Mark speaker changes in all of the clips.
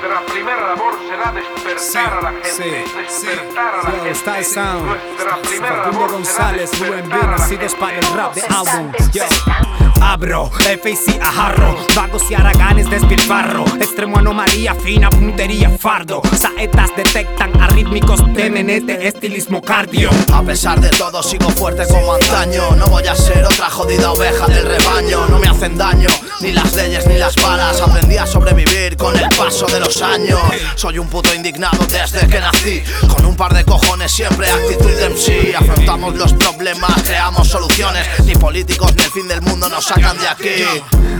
Speaker 1: primera labor será despertar a la gente. Despertar a la
Speaker 2: Yo, Style
Speaker 1: gente.
Speaker 2: Sound.
Speaker 1: Nuestra primera
Speaker 2: Facundo
Speaker 1: labor
Speaker 2: González,
Speaker 1: será
Speaker 2: Rubén B,
Speaker 1: despertar a la
Speaker 2: nacidos
Speaker 1: gente.
Speaker 2: para el rap de álbum. Yo. Abro, FIC ajarro, vagos y haraganes despilfarro, extremo anomalía, fina puntería, fardo, saetas detectan arrítmicos, tienen este estilismo cardio.
Speaker 3: A pesar de todo sigo fuerte como antaño No voy a ser otra jodida oveja del rebaño No me hacen daño, ni las leyes ni las balas Aprendí a sobrevivir con el paso de los años Soy un puto indignado desde que nací Con un par de cojones siempre actitud de MC Afrontamos los problemas, creamos soluciones Ni políticos ni el fin del mundo nos sacan de aquí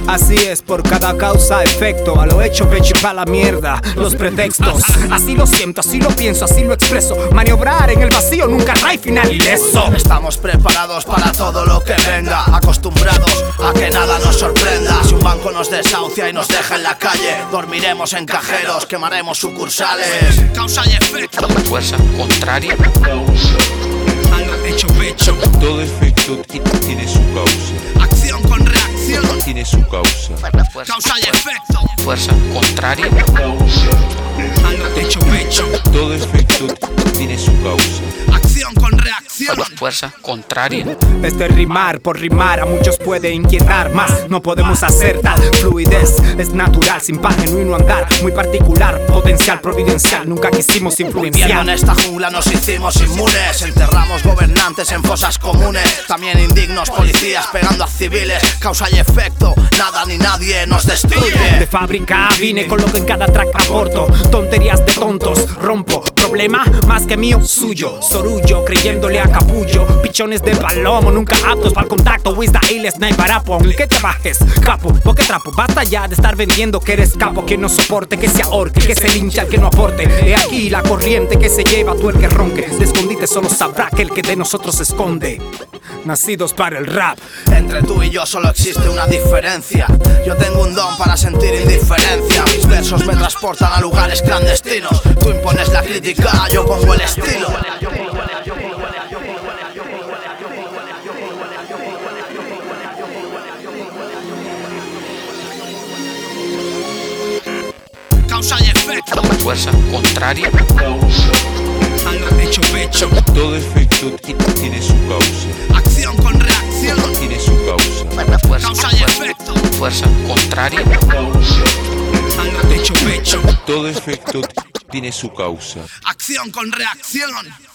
Speaker 2: Así es, por cada causa, efecto. A lo hecho, pecho pa' la mierda, los pretextos. Así lo siento, así lo pienso, así lo expreso. Maniobrar en el vacío nunca trae final ileso.
Speaker 3: Estamos preparados para todo lo que venga, acostumbrados a que nada nos sorprenda. Si un banco nos desahucia y nos deja en la calle, dormiremos en cajeros, quemaremos sucursales. Causa y efecto.
Speaker 4: la fuerza contraria
Speaker 2: A lo hecho, pecho.
Speaker 5: Todo efecto ti- tiene su causa,
Speaker 3: Acción con reacción.
Speaker 5: tiene su causa.
Speaker 4: la fuerza,
Speaker 3: Causa y efecto.
Speaker 4: fuerza contraria
Speaker 2: A lo hecho, pecho.
Speaker 5: Todo efecto ti- tiene su causa.
Speaker 3: Acción con reacción.
Speaker 4: la fuerza contraria
Speaker 2: Este rimar por rimar a muchos puede inquietar más. No podemos hacer tal fluidez. Es natural, sin par, genuino andar. Muy particular, potencial, providencial. Nunca quisimos
Speaker 3: Viviendo en
Speaker 2: influenciar.
Speaker 3: esta jungla nos hicimos inmunes. Enterramos gobernantes en fosas comunes. También indignos policías pegando a civiles. Causa y efecto. Nada ni nadie nos
Speaker 2: De
Speaker 3: destruye.
Speaker 2: fábrica vine con lo que en cada track aporto. Tonterías de tontos, rompo. Problema más que mío, suyo. Sorullo, creyéndole a capullo. Pichones de palomo, nunca aptos para el contacto. Wisda y sniper apo, aunque te bajes. Capo, porque trapo, basta ya de estar vendiendo que eres capo. Que no soporte, que se ahorque, que se lincha el que no aporte. He aquí la corriente que se lleva, tú el que ronque. De escondite solo sabrá que el que de nosotros se esconde. Nacidos para el rap.
Speaker 3: Entre tú y yo solo existe una diferencia. Yo tengo un don para sentir indiferencia. Mis versos me transportan a lugares clandestinos. Tú impones la crítica, yo pongo el estilo. Causa y efecto.
Speaker 4: la fuerza contraria
Speaker 2: Hecho pecho.
Speaker 5: Todo efecto ti- tiene su causa,
Speaker 3: Acción con reacción.
Speaker 5: tiene su causa.
Speaker 4: la fuerza
Speaker 3: Causa y
Speaker 4: fuerza,
Speaker 3: efecto.
Speaker 4: fuerza contraria
Speaker 2: Hecho pecho.
Speaker 5: Todo efecto ti- tiene su causa.
Speaker 3: Acción con reacción.